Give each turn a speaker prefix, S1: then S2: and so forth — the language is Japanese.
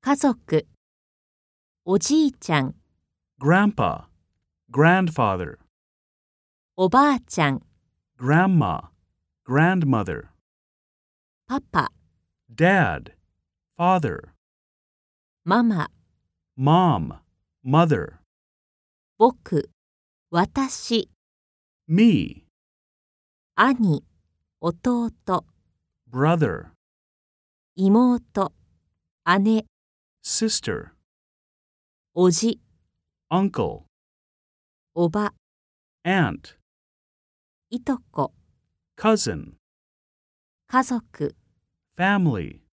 S1: 家族おじいちゃん
S2: grandpa, grandfather,
S1: おばあちゃん
S2: grandma, grandmother,
S1: パパ
S2: dad, father,
S1: ママ
S2: mom, mother,
S1: 僕私
S2: me,
S1: 兄弟
S2: brother,
S1: 妹姉
S2: sister,
S1: おじ
S2: uncle,
S1: おば
S2: aunt,
S1: いとこ
S2: cousin,
S1: 家族
S2: family.